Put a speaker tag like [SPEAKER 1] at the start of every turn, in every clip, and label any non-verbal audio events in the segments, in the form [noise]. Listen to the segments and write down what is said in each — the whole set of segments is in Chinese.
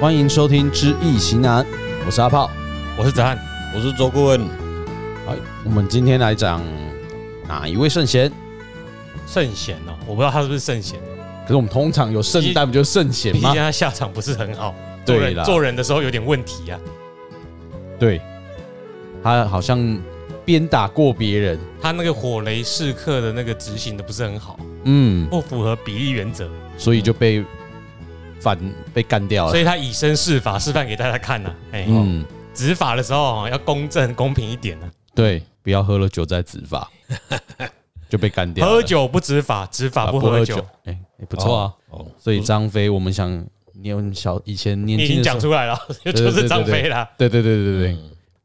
[SPEAKER 1] 欢迎收听《知易行难》，我是阿炮。
[SPEAKER 2] 我是子翰，我是周顾问。
[SPEAKER 1] 哎，我们今天来讲哪一位圣贤？
[SPEAKER 2] 圣贤哦，我不知道他是不是圣贤，
[SPEAKER 1] 可是我们通常有圣诞，不就是圣贤
[SPEAKER 2] 毕竟
[SPEAKER 1] 吗？
[SPEAKER 2] 他下场不是很好，做
[SPEAKER 1] 对
[SPEAKER 2] 人
[SPEAKER 1] 啦，
[SPEAKER 2] 做人的时候有点问题啊。
[SPEAKER 1] 对，他好像鞭打过别人。
[SPEAKER 2] 他那个火雷试客的那个执行的不是很好，
[SPEAKER 1] 嗯，
[SPEAKER 2] 不符合比例原则，
[SPEAKER 1] 所以就被反被干掉
[SPEAKER 2] 所
[SPEAKER 1] 了。
[SPEAKER 2] 以他以身试法，示范给大家看呐、哎、
[SPEAKER 1] 嗯，
[SPEAKER 2] 执法的时候哦要公正公平一点啊，
[SPEAKER 1] 对，不要喝了酒再执
[SPEAKER 2] [laughs]
[SPEAKER 1] 法，就被干掉了。
[SPEAKER 2] 喝酒不执法，执法
[SPEAKER 1] 啊
[SPEAKER 2] 啊不喝酒。，
[SPEAKER 1] 哎、也不错啊。
[SPEAKER 3] 哦，
[SPEAKER 1] 所以张飞，我们想，你有小以前年
[SPEAKER 2] 你已
[SPEAKER 1] 轻的时
[SPEAKER 2] 经讲
[SPEAKER 1] 候，
[SPEAKER 2] 出来了，
[SPEAKER 1] 对
[SPEAKER 2] 就是
[SPEAKER 1] 对
[SPEAKER 2] 张
[SPEAKER 1] 对
[SPEAKER 2] 飞啦。
[SPEAKER 1] 对对对对对。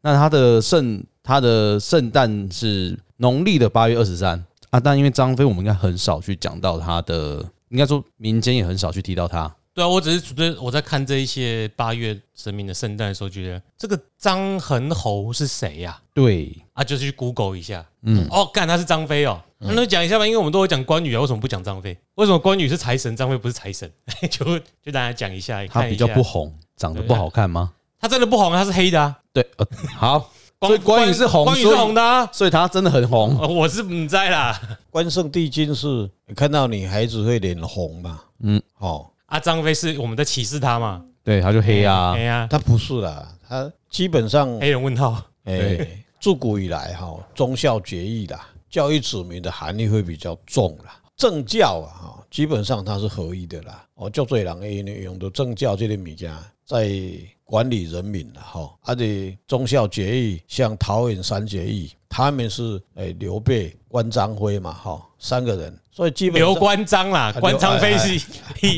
[SPEAKER 1] 那他的圣他的圣诞是农历的八月二十三啊，但因为张飞，我们应该很少去讲到他的，应该说民间也很少去提到他。
[SPEAKER 2] 对啊，我只是觉得我在看这一些八月神明的圣诞的时候，觉得这个张恒侯是谁呀、
[SPEAKER 1] 对，
[SPEAKER 2] 啊，就是去 Google 一下。
[SPEAKER 1] 嗯
[SPEAKER 2] 嗯，哦，干他是张飞哦，那就讲一下吧，因为我们都有讲关羽啊，为什么不讲张飞？为什么关羽是财神，张飞不是财神？ [laughs] 就就大家讲一下，
[SPEAKER 1] 他
[SPEAKER 2] 看一
[SPEAKER 1] 比
[SPEAKER 2] 下
[SPEAKER 1] 较不，红，长得不好看吗？
[SPEAKER 2] 他真的不红，他是黑的啊。
[SPEAKER 1] 对，呃，好，所以
[SPEAKER 2] 光
[SPEAKER 1] 关羽是红
[SPEAKER 2] 关羽
[SPEAKER 1] 所
[SPEAKER 2] 是
[SPEAKER 1] 以
[SPEAKER 2] 红的啊。
[SPEAKER 1] 所以他真的很红。
[SPEAKER 2] 哦我是唔在啦，
[SPEAKER 3] 关圣帝君是看到你孩子会脸红嘛？
[SPEAKER 1] 嗯
[SPEAKER 3] 嗯，哦，
[SPEAKER 2] 啊，张飞是我们在歧视他嘛？
[SPEAKER 1] [laughs] 对，他就黑啊
[SPEAKER 2] 哎，呀，
[SPEAKER 3] 他不是啦，他基本上
[SPEAKER 2] 黑人问号，
[SPEAKER 3] 哎，自古以来哈、忠孝节义啦，教育子民的含义会比较重啦。政教啊，哈，基本上它是合一的啦。哦，就最人会呢用到政教这类物件，在管理人民啦，哈。而且忠孝节义，像桃园三结义，他们是哎刘备、关张辉嘛，哈，三个人，所以基本
[SPEAKER 2] 刘
[SPEAKER 3] 上。
[SPEAKER 2] 关张啦，
[SPEAKER 3] 刘
[SPEAKER 2] 关张
[SPEAKER 1] 哎
[SPEAKER 2] 飞 是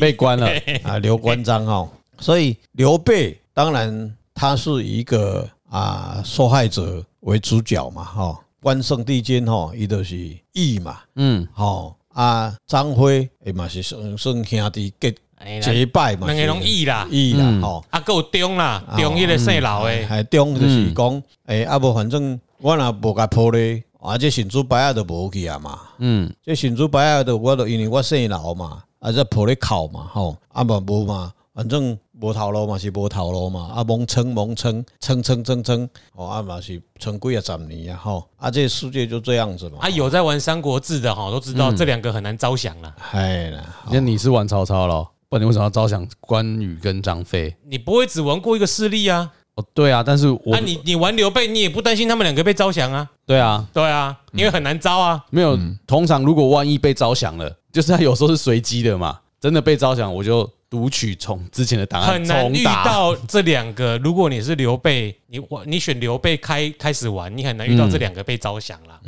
[SPEAKER 1] [laughs] 被关了。
[SPEAKER 3] 啊，刘关张哦，所以刘备当然他是一个啊受害者为主角嘛，哈、关圣帝君吼，伊都是义嘛，
[SPEAKER 1] 嗯，
[SPEAKER 3] 吼、啊，张飞诶嘛是算算兄弟结
[SPEAKER 2] 哎啦，
[SPEAKER 3] 结拜嘛，
[SPEAKER 2] 两个
[SPEAKER 3] 是
[SPEAKER 2] 拢义啦，
[SPEAKER 3] 义啦，哦
[SPEAKER 1] 嗯
[SPEAKER 3] 吼、
[SPEAKER 2] 啊，够中啦，
[SPEAKER 1] 哦
[SPEAKER 2] 中一个姓老诶，
[SPEAKER 3] 还哎中就是讲，诶，啊无反正我若无甲破咧，啊这神主牌啊都无去啊嘛，
[SPEAKER 1] 嗯，
[SPEAKER 3] 这神主牌啊，就我就因为我姓老嘛，啊这抱咧哭嘛吼，啊嘛无嘛，反正无头路嘛是无头路嘛，啊猛撑猛撑，撑撑撑撑，哦啊嘛是撑几啊十年啊吼，啊这世界就这样子嘛，
[SPEAKER 2] 啊，有在玩《三国志》的哈，都知
[SPEAKER 1] 嗯
[SPEAKER 2] 道这两个很难招降啦。
[SPEAKER 3] 哎啦，
[SPEAKER 1] 那你是玩曹操了，不然你为什么要招降关羽跟张飞？
[SPEAKER 2] 你不会只玩过一个势力啊？
[SPEAKER 1] 哦，对啊，但是我
[SPEAKER 2] 啊，你你玩刘备，你也不担心他们两个被招降啊？
[SPEAKER 1] 对啊，
[SPEAKER 2] 对啊，因为很难招啊。
[SPEAKER 1] 没有。通常如果万一被招降了，就是他有时候是随机的嘛， [laughs] 真的被招降，我就读取从之前的档案
[SPEAKER 2] 很难
[SPEAKER 1] 啊重
[SPEAKER 2] 遇
[SPEAKER 1] 打。
[SPEAKER 2] 到这两个。如果你是刘备，你玩你选刘备开开始玩，你很难遇到这两个被招降啦。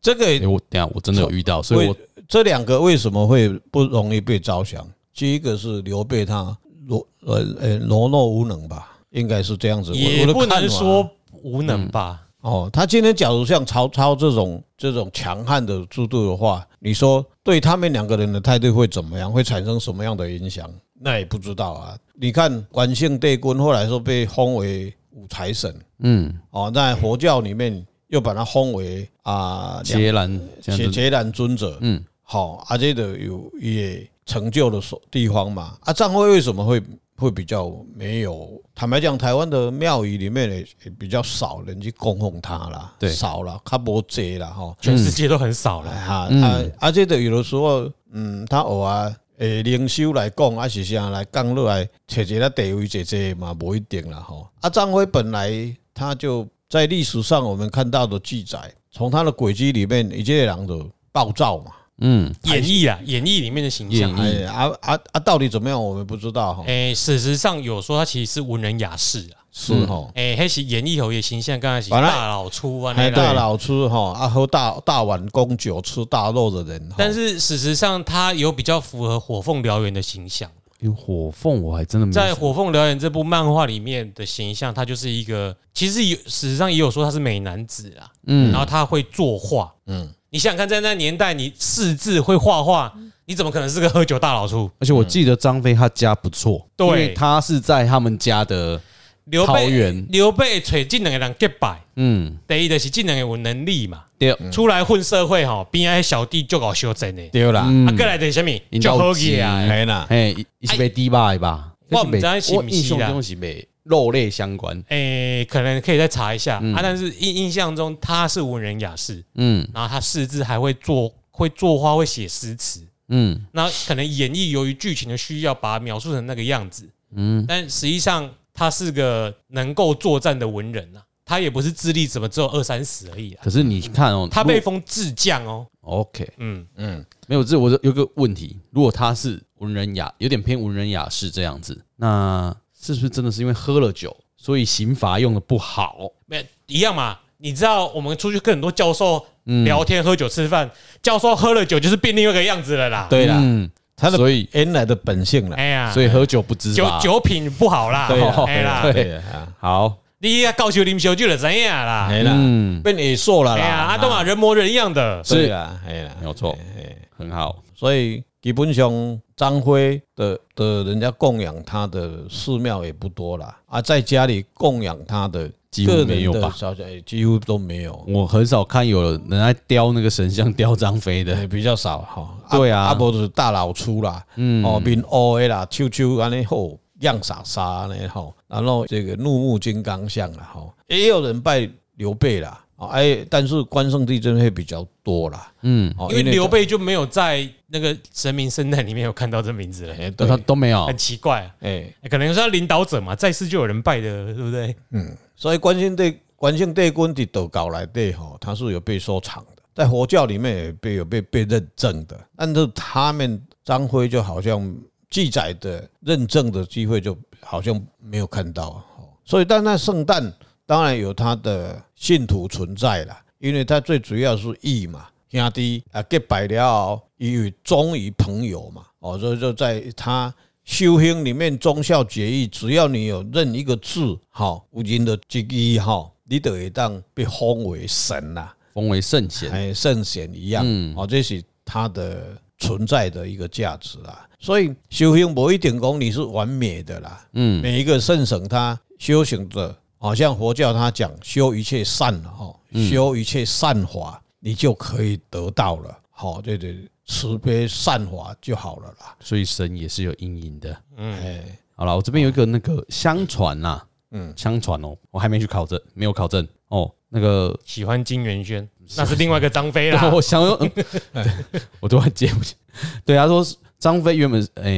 [SPEAKER 3] 这个
[SPEAKER 1] 哎，我等一下我真的有遇到，所以我
[SPEAKER 3] 这两个为什么会不容易被招降？第一个是刘备他柔呃呃柔弱无能吧，应该是这样子，我
[SPEAKER 2] 也
[SPEAKER 3] 我都
[SPEAKER 2] 不
[SPEAKER 3] 看
[SPEAKER 2] 能
[SPEAKER 3] 完啊
[SPEAKER 2] 说无能吧？
[SPEAKER 3] 哦，他今天假如像曹操这种这种强悍的制度的话，你说对他们两个人的态度会怎么样？会产生什么样的影响？那也不知道啊。你看关圣帝君后来说被封为五财神
[SPEAKER 1] 嗯，
[SPEAKER 3] 哦，在佛教里面又把他封为啊两
[SPEAKER 1] 截然
[SPEAKER 2] 嗯
[SPEAKER 1] 这
[SPEAKER 3] 且
[SPEAKER 1] 样子，
[SPEAKER 3] 孑然尊者，
[SPEAKER 1] 嗯
[SPEAKER 3] 嗯，好，啊，这个有也成就了所地方嘛，啊，张辉为什么会会比较没有？坦白讲，台湾的庙宇里面也也比较少人去供奉他啦，
[SPEAKER 1] 对
[SPEAKER 3] 少了，他无济啦，吼，
[SPEAKER 2] 全世界都很少
[SPEAKER 3] 哎
[SPEAKER 2] 了。
[SPEAKER 3] 哈，啊，啊，这个有的时候，嗯，他偶尔。诶，灵修来讲，还是啥来降落来，找一个地位坐坐嘛，无一定啦吼。啊，张辉本来他就在历史上我们看到的记载，从他的轨迹里面，一个人就暴躁嘛，
[SPEAKER 1] 嗯，
[SPEAKER 2] 演绎啊，演绎里面的形象。
[SPEAKER 1] 演
[SPEAKER 3] 哎，啊啊啊，到底怎么样，我们不知道哈。
[SPEAKER 2] 哎，事实上有说他其实是文人雅士啊。
[SPEAKER 3] 是哈，
[SPEAKER 2] 哎，黑是演绎侯也形象，刚才是
[SPEAKER 3] 本来
[SPEAKER 2] 大老粗啊，那
[SPEAKER 3] 还
[SPEAKER 2] 个
[SPEAKER 3] 哎大老吃哈，啊喝大大碗公酒，吃大肉的人哈。
[SPEAKER 2] 但是事实上，他有比较符合火凤燎原的形象。
[SPEAKER 1] 有哎火凤我还真的没
[SPEAKER 2] 在《
[SPEAKER 1] 有，
[SPEAKER 2] 火凤燎原》这部漫画里面的形象，他就是一个，其实有事实上也有说他是美男子啦，嗯，然后他会作画，嗯，你想想看，在那年代，你识字会画画，
[SPEAKER 1] 嗯
[SPEAKER 2] 你怎么可能是个喝酒大老粗？
[SPEAKER 1] 而且哎我记得张飞他家不错，
[SPEAKER 2] 对
[SPEAKER 1] 因为他是在他们家的，
[SPEAKER 2] 刘
[SPEAKER 1] 桃
[SPEAKER 2] 备
[SPEAKER 1] 园，
[SPEAKER 2] 刘备找这两个人结拜，
[SPEAKER 1] 嗯，
[SPEAKER 2] 第一就是这两个有能力嘛，
[SPEAKER 1] 对，
[SPEAKER 2] 出来混社会吼，边仔的小弟就搞修真的，
[SPEAKER 3] 对啦，
[SPEAKER 1] 嗯
[SPEAKER 2] 啊，过来就是什么，
[SPEAKER 1] 引
[SPEAKER 2] 就
[SPEAKER 1] 导
[SPEAKER 2] 好起啊，
[SPEAKER 3] 哎啦，
[SPEAKER 1] 哎，一一起被 D 拜吧，
[SPEAKER 2] 我不知道是
[SPEAKER 1] 我
[SPEAKER 2] 不
[SPEAKER 1] 印
[SPEAKER 2] 是
[SPEAKER 1] 象
[SPEAKER 2] 啦
[SPEAKER 1] 中。是没肉类相关。
[SPEAKER 2] 诶、可能可以再查一下、
[SPEAKER 1] 嗯
[SPEAKER 2] 啊。但是印印象中他是文人雅士，
[SPEAKER 1] 嗯
[SPEAKER 2] 然后他识字还会作会作画，会写诗词。
[SPEAKER 1] 嗯
[SPEAKER 2] 那可能演绎由于剧情的需要，把它描述成那个样子。
[SPEAKER 1] 嗯，
[SPEAKER 2] 但实际上他是个能够作战的文人啊，他也不是智力怎么只有二三十而已啊，
[SPEAKER 1] 可是你看哦，
[SPEAKER 2] 他
[SPEAKER 1] 如果
[SPEAKER 2] 被封智将哦。
[SPEAKER 1] OK
[SPEAKER 2] 嗯，
[SPEAKER 3] 嗯，
[SPEAKER 1] 没有，这我有个问题，如果他是文人雅，有点偏文人雅士这样子，那是不是真的是因为喝了酒，所以刑罚用的不好？
[SPEAKER 2] 没一样嘛。你知道我们出去跟很多教授聊天、喝酒、吃饭，教授喝了酒就是变另外一个样子了啦。
[SPEAKER 3] 对啦，
[SPEAKER 1] 嗯，
[SPEAKER 3] 他的
[SPEAKER 1] 所以
[SPEAKER 3] 原来的本性啦，
[SPEAKER 2] 哎呀，
[SPEAKER 1] 所以喝酒不知
[SPEAKER 2] 酒
[SPEAKER 1] 罚。
[SPEAKER 2] 酒品不好啦，
[SPEAKER 3] 对啦
[SPEAKER 2] 哎啦，
[SPEAKER 1] 对
[SPEAKER 3] 对啊，
[SPEAKER 1] 好，
[SPEAKER 2] 你要告诉林小就了怎样啦？
[SPEAKER 3] 哎啦，
[SPEAKER 1] 嗯，
[SPEAKER 3] 变野兽了
[SPEAKER 2] 哎
[SPEAKER 3] 啦，
[SPEAKER 2] 呀，阿东啊，人模人样的，
[SPEAKER 1] 是啊
[SPEAKER 3] 对啦，哎啦，
[SPEAKER 1] 没有错
[SPEAKER 3] 哎，哎
[SPEAKER 1] 很好，
[SPEAKER 3] 所以基本上张辉的的人家供养他的寺庙也不多啦，啊，在家里供养他的
[SPEAKER 1] 几乎
[SPEAKER 3] 个人
[SPEAKER 1] 没有
[SPEAKER 3] 的
[SPEAKER 1] 吧
[SPEAKER 3] 小小哎几乎都没有，
[SPEAKER 1] 我很少看有人在雕那个神像雕张飞的，
[SPEAKER 3] 哎，比较少哈。
[SPEAKER 1] 对啊
[SPEAKER 3] 阿伯就是大老粗啦，
[SPEAKER 1] 嗯
[SPEAKER 3] 哦，面乌的啦，手手安尼吼，样傻傻呢吼，然后这个怒目金刚像啦吼，也有人拜刘备啦，哦哎，但是关圣帝君会比较多啦，
[SPEAKER 1] 嗯，
[SPEAKER 3] 哦
[SPEAKER 2] 因为刘备就没有在那个神明生诞里面有看到这名字了，
[SPEAKER 3] 哎
[SPEAKER 1] 哦他
[SPEAKER 3] 对，
[SPEAKER 1] 都没有
[SPEAKER 2] 很，奇怪啊，
[SPEAKER 3] 哎。
[SPEAKER 2] 哎可能是他领导者嘛，在世就有人拜的，对不对？
[SPEAKER 3] 所以关圣帝关圣帝君的道教来对吼，他是有被收藏的，在佛教里面也被有被被认证的，但是他们张辉就好像记载的认证的机会就好像没有看到啊。吼所以，但那圣诞当然有他的信徒存在啦，因为他最主要是义嘛，兄弟啊结拜了后，与忠于朋友嘛，哦，所以就在他修行里面忠孝节义，只要你有认一个字，好，有人的这义哈，你就会当被封为神啦、
[SPEAKER 1] 封为圣贤。
[SPEAKER 3] 哎，圣贤一样，哦，这是它的存在的一个价值啦。所以修行不一定讲你是完美的啦，嗯，每一个圣神他修行者，好像佛教他讲修一切善哦，修一切善法，你就可以得到了，好，对对，慈悲善法就好了啦，
[SPEAKER 1] 所以神也是有阴影的。
[SPEAKER 3] 哎。
[SPEAKER 1] 好了，我这边有一个那个相传呐、嗯，相传哦，我还没去考证，没有考证哦。那个，
[SPEAKER 2] 喜欢金元轩，那是另外一个张飞啦。
[SPEAKER 1] 我想说，嗯我突然接不起。对，他说张飞原本，哎、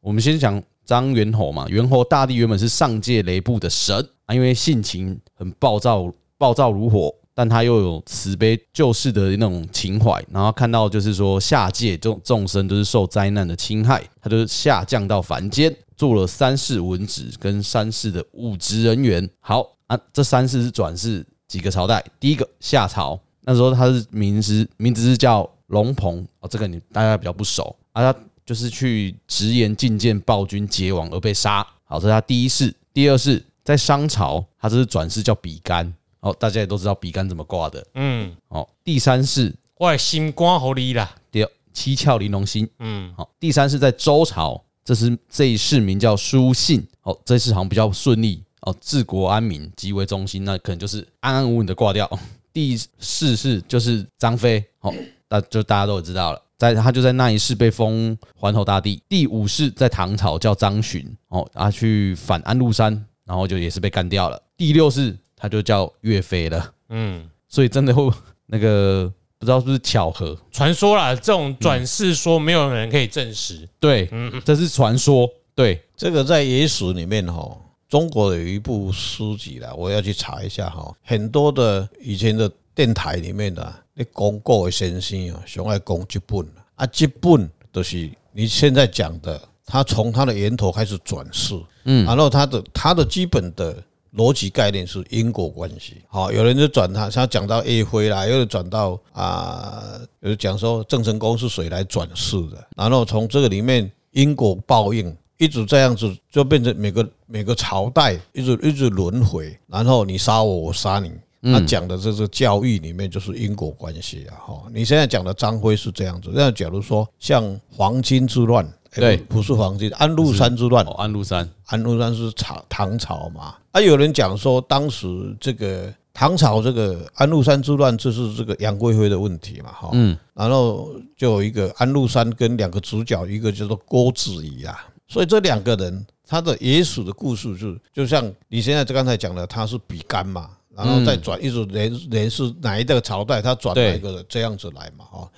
[SPEAKER 1] 我们先讲张元侯嘛，元侯大帝原本是上界雷部的神啊，因为性情很暴躁，暴躁如火。但他又有慈悲救世的那种情怀，然后看到就是说下界众众生都是受灾难的侵害，他就下降到凡间，做了三世文职跟三世的武职人员。好啊，这三世是转世几个朝代，第一个夏朝，那时候他是名字名字是叫龙鹏哦，这个你大家比较不熟啊，他就是去直言进谏暴君结王而被杀。好，这是他第一世，第二世在商朝，他这是转世叫比干。哦，大家也都知道比干怎么挂的。
[SPEAKER 2] 嗯，
[SPEAKER 1] 哦，第三世
[SPEAKER 2] [laughs] 我的心肝好你啦。
[SPEAKER 1] 第二七窍玲珑心。
[SPEAKER 2] 嗯，
[SPEAKER 1] 好、第三是在周朝，这是这一世名叫书信。哦，这一世好像比较顺利哦，治国安民，即为中心，那可能就是安安稳稳的挂掉。 [laughs] 第四世就是张飞，好、那就大家都知道了。在他就在那一世被封桓侯大帝。第五世在唐朝叫张巡，哦，他去反安禄山，然后就也是被干掉了。第六世他就叫岳飞了，
[SPEAKER 2] 嗯，
[SPEAKER 1] 所以真的会那个不知道是不是巧合，
[SPEAKER 2] 传说啦，这种转世说没有人可以证实。
[SPEAKER 1] 对，这是传说，对，
[SPEAKER 3] 这个在野史里面哈，中国有一部书籍啦，我要去查一下哈。很多的以前的电台里面的，你讲过的先生啊，上爱讲这本啊，这本就是你现在讲的，它从它的源头开始转世，嗯，然后它的它的基本的。逻辑概念是因果关系，好，有人就转他，他讲到 A 辉啦，有人转到啊、有人讲说郑成功是谁来转世的，然后从这个里面因果报应一直这样子，就变成每个每个朝代一直一直轮回，然后你杀我，我杀你。他讲的这是教育里面就是因果关系啊，哈！你现在讲的张辉是这样子，那假如说像黄巾之乱，哎
[SPEAKER 1] 对
[SPEAKER 3] 不不是黄巾，安禄山之乱
[SPEAKER 1] 哦，，安禄山，
[SPEAKER 3] 安禄山是唐唐朝嘛，啊，有人讲说当时这个唐朝这个安禄山之乱，就是这个杨贵妃的问题嘛，哈，嗯，然后就有一个安禄山跟两个主角，一个叫做郭子仪啊，所以这两个人它的野史的故事是，就像你现在刚才讲的，它是比干嘛，然后再转一直连连是哪一个朝代，它转哪一个这样子来嘛，哈。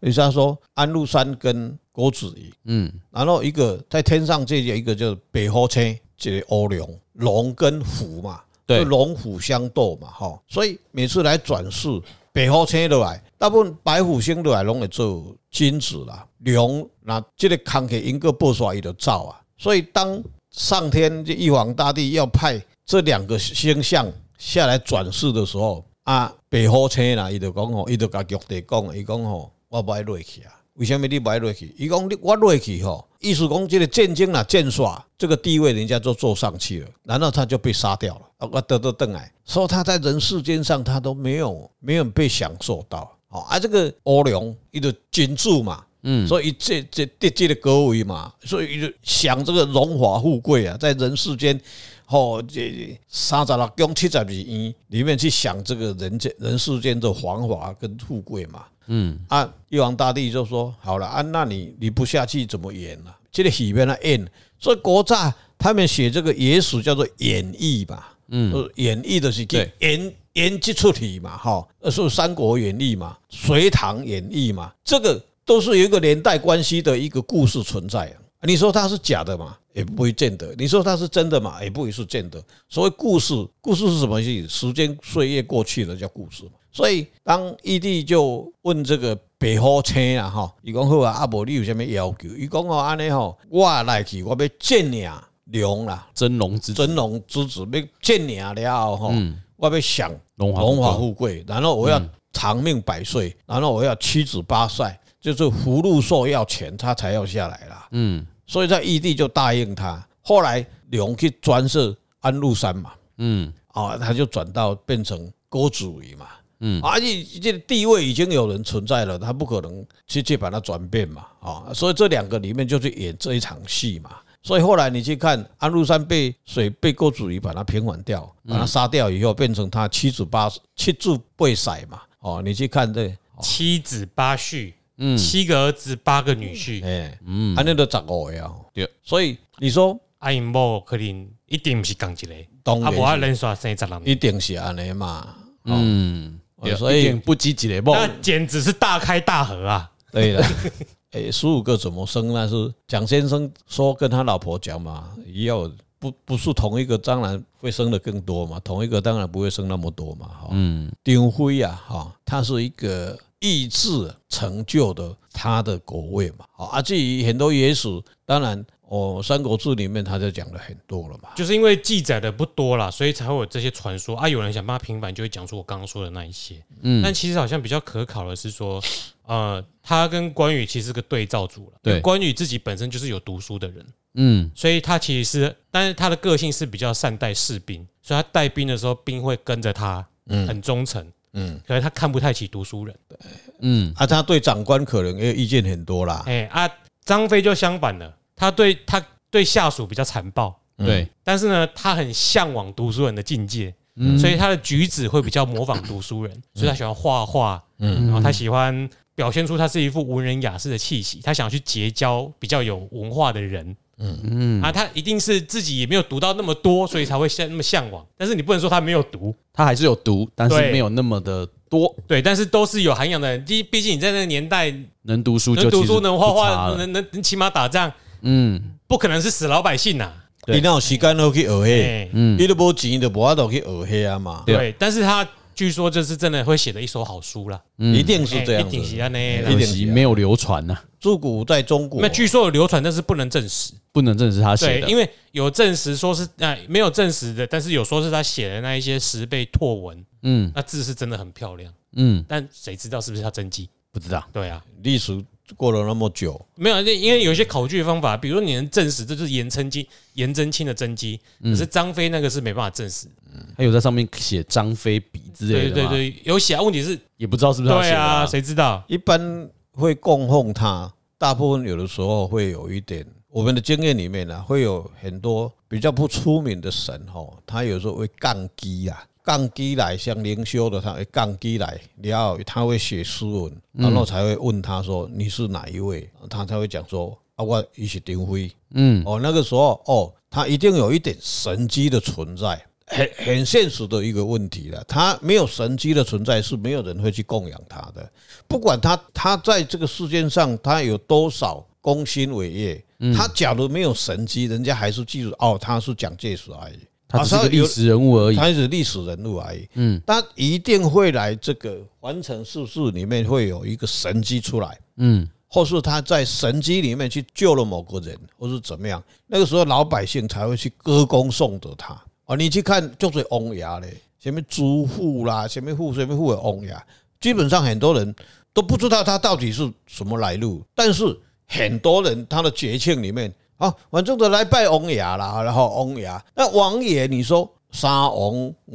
[SPEAKER 3] 你像说安禄山跟郭子仪，嗯，然后一个在天上界有一个叫北后车，这个欧龙龙跟虎嘛，
[SPEAKER 1] 对
[SPEAKER 3] 就龙虎相斗嘛，哈。所以每次来转世，白虎生落来，大部分白虎生落来拢会做金子啦，龙那这个空给因个不耍伊就走啊。所以当上天这玉皇大帝要派这两个星象下来转世的时候，啊，白虎星啦，伊就讲吼，伊就甲玉帝讲，伊讲吼，我不爱落去啊。为什么你不爱落去？伊讲你我落去吼，意思讲这个战争啦、战耍这个地位，人家都坐上去了，然后他就被杀掉了，啊，我得到邓来，说他在人世间上他都没有没有被享受到。哦，啊，这个欧龙伊就金主嘛，嗯，所以他这这这这个高位嘛，所以伊就享这个荣华富贵啊，在人世间，吼、哦，这三十六宫七十二院里面去享这个人间人世间的繁华跟富贵嘛，嗯，啊，玉皇大帝就说好了啊，那你你不下去怎么演呢、啊？这个戏边来演，所以国炸他们写这个野史叫做演绎吧，嗯，演绎的是去
[SPEAKER 1] 对
[SPEAKER 3] 演演这出题嘛，哈，呃，是《三国演义》嘛，《隋唐演义》嘛，这个都是有一个连带关系的一个故事存在啊。你说它是假的嘛，也不会见得；你说它是真的嘛，也不会是见得。所谓故事，故事是什么意思？时间岁月过去了叫故事嘛。所以当义帝就问这个白虎星啊，吼，伊讲好啊，啊无你有啥物要求？伊讲哦，安尼吼，我来去，我要见你啊，龙啦，
[SPEAKER 1] 真龙之
[SPEAKER 3] 尊龙之子要见你了后吼，我要享
[SPEAKER 1] 龙华
[SPEAKER 3] 荣华富贵，然后我要长命百岁，然后我要七子八帅，就是福禄寿要全，他才要下来啦。
[SPEAKER 1] 嗯，
[SPEAKER 3] 所以在义帝就答应他。后来龙去专设安禄山嘛，
[SPEAKER 1] 嗯，
[SPEAKER 3] 啊，他就转到变成郭子仪嘛。嗯，而且这个地位已经有人存在了，他不可能去去把它转变嘛，啊，所以这两个里面就是演这一场戏嘛。所以后来你去看安禄山被水被郭子仪把他平反掉，把他杀掉以后，变成他七子八七子被宰嘛，哦，你去看这，
[SPEAKER 2] 七子八婿，七个儿子，八个女婿，
[SPEAKER 3] 哎，嗯，安尼都十五个啊，
[SPEAKER 1] 对，
[SPEAKER 3] 所以你说
[SPEAKER 2] 啊，因某可能一定不是同一个，
[SPEAKER 3] 当
[SPEAKER 2] 啊，无啊，
[SPEAKER 3] 然
[SPEAKER 2] 连续生十六
[SPEAKER 3] 一
[SPEAKER 2] 年，
[SPEAKER 3] 定是安尼嘛，
[SPEAKER 1] 嗯，对
[SPEAKER 3] 所以
[SPEAKER 1] 一点不积极的
[SPEAKER 3] 哦
[SPEAKER 1] 不，
[SPEAKER 2] 那简直是大开大合啊！
[SPEAKER 3] 对 [laughs] 了，哎，十五个怎么生？那是蒋先生说跟他老婆讲嘛，也有不不是同一个，当然会生的更多嘛，同一个当然不会生那么多嘛，哈、嗯，丁辉啊，哈、他是一个意志成就的他的国位嘛，好啊，至于很多野史，当然哦，《三国志》里面他就讲了很多了嘛，
[SPEAKER 2] 就是因为记载的不多啦，所以才会有这些传说啊。有人想帮他平反，就会讲出我刚刚说的那一些。嗯，但其实好像比较可考的是说，呃，他跟关羽其实是个对照组了。
[SPEAKER 1] 对
[SPEAKER 2] 因为关羽自己本身就是有读书的人，
[SPEAKER 1] 嗯，
[SPEAKER 2] 所以他其实是，但是他的个性是比较善待士兵，所以他带兵的时候，兵会跟着他，很忠诚。嗯，可是他看不太起读书人。
[SPEAKER 1] 嗯
[SPEAKER 3] 啊，他对长官可能也有意见很多啦，
[SPEAKER 2] 哎、啊，张飞就相反了，他对他对下属比较残暴，
[SPEAKER 1] 对，
[SPEAKER 2] 但是呢，他很向往读书人的境界，
[SPEAKER 1] 嗯
[SPEAKER 2] 所以他的举止会比较模仿读书人，所以他喜欢画画，
[SPEAKER 1] 嗯
[SPEAKER 2] 然后他喜欢表现出他是一副文人雅士的气息，他想去结交比较有文化的人。嗯嗯啊，他一定是自己也没有读到那么多，所以才会像那么向往。但是你不能说他没有读，
[SPEAKER 1] 他还是有毒，但是
[SPEAKER 2] 对
[SPEAKER 1] 没有那么的多，
[SPEAKER 2] 对，但是都是有涵养的人。毕毕竟你在那个年代，
[SPEAKER 1] 能读书就
[SPEAKER 2] 能读
[SPEAKER 1] 其实
[SPEAKER 2] 书、能画
[SPEAKER 1] 不差
[SPEAKER 2] 画、
[SPEAKER 1] 了
[SPEAKER 2] 能能能骑马打仗，
[SPEAKER 1] 嗯，
[SPEAKER 2] 不可能是死老百姓呐、
[SPEAKER 1] 对
[SPEAKER 3] 你哪有时间都去学黑，
[SPEAKER 2] 哎、
[SPEAKER 1] 嗯
[SPEAKER 3] 你都无钱就无法度去学黑啊嘛，
[SPEAKER 1] 对啊
[SPEAKER 2] 对，但是他据说这是真的会写的一手好书啦，
[SPEAKER 3] 一定是
[SPEAKER 2] 哎
[SPEAKER 3] 这样
[SPEAKER 2] 一
[SPEAKER 3] 子
[SPEAKER 2] 定是
[SPEAKER 3] 的。
[SPEAKER 2] 安尼啦
[SPEAKER 3] 一
[SPEAKER 1] 可
[SPEAKER 3] 定
[SPEAKER 1] 惜
[SPEAKER 3] 是啊
[SPEAKER 1] 没有流传呐，
[SPEAKER 3] 自古在中国
[SPEAKER 2] 那，据说有流传，但是不能证实。
[SPEAKER 1] 不能证实他写
[SPEAKER 2] 对，
[SPEAKER 1] 的，
[SPEAKER 2] 因为有证实说是啊、没有证实的，但是有说是他写的那一些十倍拓文，
[SPEAKER 1] 嗯
[SPEAKER 2] 那字是真的很漂亮，
[SPEAKER 1] 嗯，
[SPEAKER 2] 但谁知道是不是他真迹？
[SPEAKER 1] 不知道，
[SPEAKER 2] 对啊，
[SPEAKER 3] 历史过了那么久，
[SPEAKER 2] 没有，因为有一些考据方法，比如说你能证实这就是颜真卿、颜真卿的真迹，嗯可是张飞那个是没办法证实。
[SPEAKER 1] 他有在上面写张飞笔之类
[SPEAKER 2] 对
[SPEAKER 1] 的
[SPEAKER 2] 对
[SPEAKER 1] 嘛，
[SPEAKER 2] 对，有写啊，问题是，
[SPEAKER 1] 也不知道是不是他
[SPEAKER 2] 对
[SPEAKER 1] 写的
[SPEAKER 2] 啊，
[SPEAKER 1] 啊，
[SPEAKER 2] 谁知道？
[SPEAKER 3] 一般会供奉他，大部分有的时候会有一点，我们的经验里面呢、啊会有很多比较不出名的神哦，他有时候会杠机啊，杠机来像灵修的，他会杠机来，然后他会写诗文，然后才会问他说你是哪一位，他才会讲说啊，我一是丁辉，
[SPEAKER 1] 嗯
[SPEAKER 3] 哦，那个时候哦，它一定有一点神机的存在，很很现实的一个问题了。它没有神机的存在，是没有人会去供养它的。不管它它在这个世界上，它有多少功勋伟业，它假如没有神机，人家还是记住哦，他是蒋介石而已。
[SPEAKER 1] 他只是个
[SPEAKER 3] 啊有
[SPEAKER 1] 历史人物而已。
[SPEAKER 3] 他是历史人物而已。嗯，但一定会来这个环城世事里面会有一个神机出来，
[SPEAKER 1] 嗯，
[SPEAKER 3] 或是他在神机里面去救了某个人，或是怎么样，那个时候老百姓才会去歌功颂德他。哦，你去看就是翁牙嘞，什么朱户啦，什么户，什么户的翁牙，基本上很多人都不知道他到底是什么来路，但是很多人他的节庆里面啊，反正都来拜王爷啦，然后王爷，那王爷你说三王、五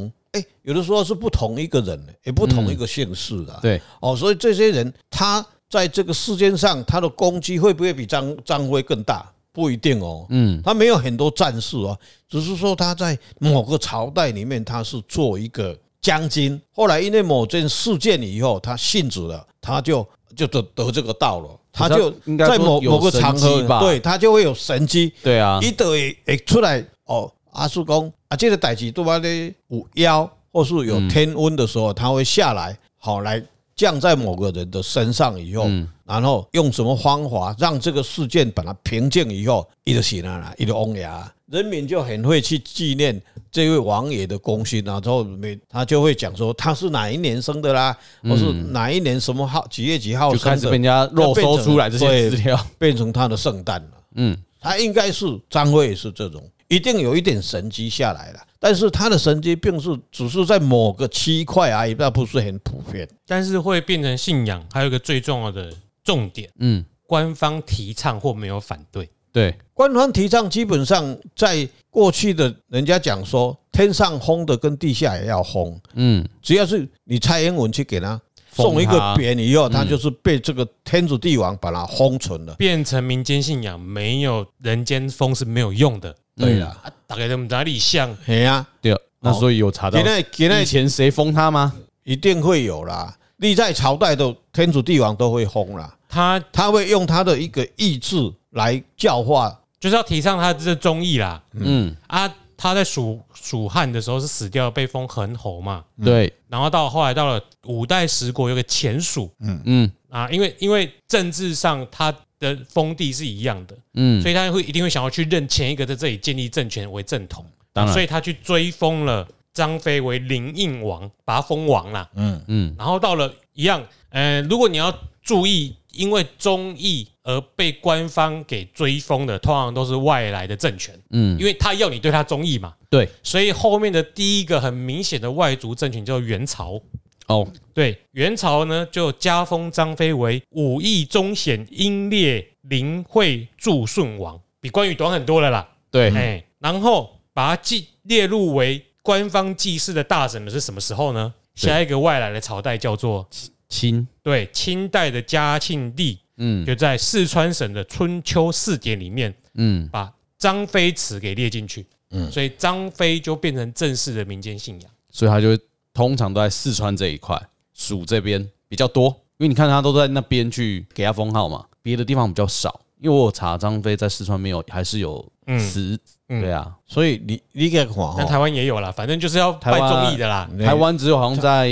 [SPEAKER 3] 王，哎、有的时候是不同一个人，也不同一个姓氏的、
[SPEAKER 1] 对，
[SPEAKER 3] 哦，所以这些人他在这个世间上，他的攻击会不会比张张辉更大？不一定哦，嗯，他没有很多战士哦，只是说他在某个朝代里面他是做一个将军，后来因为某件事件以后，他殉职了，他就就得得这个道了，他就
[SPEAKER 1] 应该说
[SPEAKER 3] 在某
[SPEAKER 1] 有
[SPEAKER 3] 某个场
[SPEAKER 1] 神
[SPEAKER 3] 合
[SPEAKER 1] 机吧，
[SPEAKER 3] 对他就会有神机，
[SPEAKER 1] 对啊，
[SPEAKER 3] 伊就会会出来哦。阿叔讲啊，这个代志对我咧有妖，或是
[SPEAKER 1] 嗯
[SPEAKER 3] 有天温的时候，他会下来，好来降在某个人的身上以后，
[SPEAKER 1] 嗯
[SPEAKER 3] 然后用什么方法让这个事件把它平静以后，伊就行了啦，伊就翁牙，人民就很会去纪念这位王爷的功勋，啊然后每他就会讲说他是哪一年生的啦，或是哪一年什么号几月几号
[SPEAKER 1] 嗯就
[SPEAKER 3] 生
[SPEAKER 1] 开
[SPEAKER 3] 的
[SPEAKER 1] 始被，人家肉搜出来这些
[SPEAKER 3] 对
[SPEAKER 1] 资料。
[SPEAKER 3] 变成他的圣诞了。
[SPEAKER 1] 嗯，
[SPEAKER 3] 他应该是张辉也是这种，一定有一点神机下来了，但是他的神机并是只是在某个区块而已，那不是很普遍。
[SPEAKER 2] 但是会变成信仰，还有一个最重要的重点，
[SPEAKER 1] 嗯，
[SPEAKER 2] 官方提倡或没有反对。
[SPEAKER 1] 对，
[SPEAKER 3] 官方提倡基本上在过去的人家讲说，天上轰的跟地下也要轰，
[SPEAKER 1] 嗯，
[SPEAKER 3] 只要是你蔡英文去给他
[SPEAKER 1] 封
[SPEAKER 3] 送一
[SPEAKER 1] 他
[SPEAKER 3] 个匾以后，他就是被这个天主帝王把他封存了。
[SPEAKER 2] 变成民间信仰，没有人间风是没有用的。
[SPEAKER 1] 嗯
[SPEAKER 3] 对了，
[SPEAKER 2] 啊，大概在哪里像？
[SPEAKER 3] 哎呀，
[SPEAKER 1] 对啊。那所以有查到
[SPEAKER 3] 现在现在
[SPEAKER 1] 以前谁封他吗？
[SPEAKER 3] 一定会有啦，历代朝代的天主帝王都会封啦。
[SPEAKER 2] 他
[SPEAKER 3] 他会用他的一个意志来教化。
[SPEAKER 2] 就是要提倡他这忠义啦。
[SPEAKER 1] 嗯，
[SPEAKER 2] 啊，他在蜀蜀汉的时候是死掉被封恒侯嘛，
[SPEAKER 1] 嗯对，
[SPEAKER 2] 然后到后来到了五代十国有个前蜀
[SPEAKER 1] 嗯
[SPEAKER 2] 啊，因为因为政治上他的封地是一样的，
[SPEAKER 1] 嗯，
[SPEAKER 2] 所以他会一定会想要去认前一个在这里建立政权为正统，
[SPEAKER 1] 当然
[SPEAKER 2] 所以他去追封了张飞为灵应王，把他封王啦。
[SPEAKER 3] 嗯，
[SPEAKER 1] 嗯
[SPEAKER 2] 然后到了一样，呃，如果你要注意，因为忠义而被官方给追封的，通常都是外来的政权，
[SPEAKER 1] 嗯，
[SPEAKER 2] 因为他要你对他忠义嘛，
[SPEAKER 1] 对，
[SPEAKER 2] 所以后面的第一个很明显的外族政权叫元朝。
[SPEAKER 1] 哦，
[SPEAKER 2] 对，元朝呢就加封张飞为武义忠显英烈灵惠祝顺王，比关羽短很多了啦。
[SPEAKER 1] 对，
[SPEAKER 2] 哎，然后把它记列入为官方祭祀的大神的是什么时候呢？
[SPEAKER 1] 对
[SPEAKER 2] 下一个外来的朝代叫做
[SPEAKER 1] 清，
[SPEAKER 2] 对清代的嘉庆帝，
[SPEAKER 1] 嗯
[SPEAKER 2] 就在四川省的春秋四典里面
[SPEAKER 1] 嗯，
[SPEAKER 2] 把张飞祠给列进去，嗯，所以张飞就变成正式的民间信仰。
[SPEAKER 1] 所以他就通常都在四川这一块，蜀这边比较多，因为你看他都在那边去给他封号嘛，别的地方比较少。因为我有查张飞在四川没有，还是有祠，
[SPEAKER 2] 嗯
[SPEAKER 1] 对啊，
[SPEAKER 3] 所以你你给看
[SPEAKER 2] 但
[SPEAKER 3] 哈，
[SPEAKER 2] 台湾也有啦，反正就是要拜
[SPEAKER 1] 台湾啊
[SPEAKER 2] 忠义的啦。
[SPEAKER 3] 你
[SPEAKER 1] 台湾只有好像在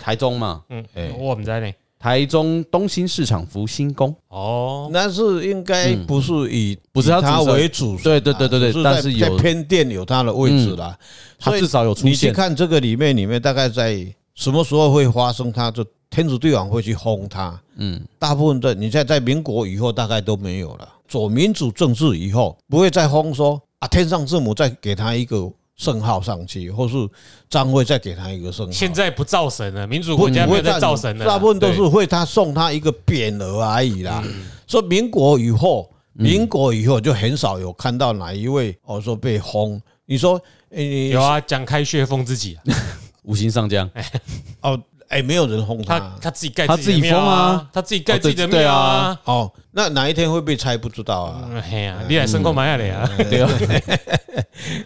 [SPEAKER 1] 台中嘛，
[SPEAKER 2] 嗯
[SPEAKER 3] 哎，
[SPEAKER 2] 我们在内
[SPEAKER 1] 台中东兴市场福星宫，
[SPEAKER 2] 哦，
[SPEAKER 3] 那是应该不是以
[SPEAKER 1] 嗯不是
[SPEAKER 3] 以
[SPEAKER 1] 他
[SPEAKER 3] 他
[SPEAKER 1] 主神
[SPEAKER 3] 为主，
[SPEAKER 1] 对对对对对
[SPEAKER 3] 只是
[SPEAKER 1] 但
[SPEAKER 3] 在
[SPEAKER 1] 是有嗯
[SPEAKER 3] 在偏殿有他的位置啦。
[SPEAKER 1] 他
[SPEAKER 3] 所以
[SPEAKER 1] 至少有出
[SPEAKER 3] 你去
[SPEAKER 1] 现，
[SPEAKER 3] 看这个里面，里面大概在什么时候会发生他？就天主帝王会去轰他。嗯，大部分的你在在民国以后大概都没有了，走民主政治以后不会再轰说啊，天上之母再给他一个圣号上去，或是张惠再给他一个圣号。
[SPEAKER 2] 现在不造神了，民主
[SPEAKER 3] 不
[SPEAKER 2] 国家没
[SPEAKER 3] 不会
[SPEAKER 2] 有在
[SPEAKER 3] 再
[SPEAKER 2] 造神了啦。
[SPEAKER 3] 大部分都是会他送他一个匾额而已啦。
[SPEAKER 1] 嗯
[SPEAKER 3] 说民国以后，民国以后就很少有看到哪一位哦说被轰。你说，诶你
[SPEAKER 2] 有啊，讲开穴封自己啊，
[SPEAKER 1] 五行上将，
[SPEAKER 3] 哦，哎，没有人轰
[SPEAKER 2] 他
[SPEAKER 3] 他
[SPEAKER 2] 他自己盖
[SPEAKER 1] 他
[SPEAKER 2] 自己
[SPEAKER 1] 自己
[SPEAKER 2] 的庙
[SPEAKER 1] 封
[SPEAKER 2] 啊
[SPEAKER 1] 啊，
[SPEAKER 2] 他自己盖
[SPEAKER 1] 哦
[SPEAKER 2] 自己
[SPEAKER 1] 对
[SPEAKER 2] 的庙
[SPEAKER 1] 对
[SPEAKER 2] 啊。哎
[SPEAKER 3] 哦，那哪一天会被拆不知道啊。
[SPEAKER 2] 嗯嘿呀，你来生过玛雅嘞啊？
[SPEAKER 1] 对啊，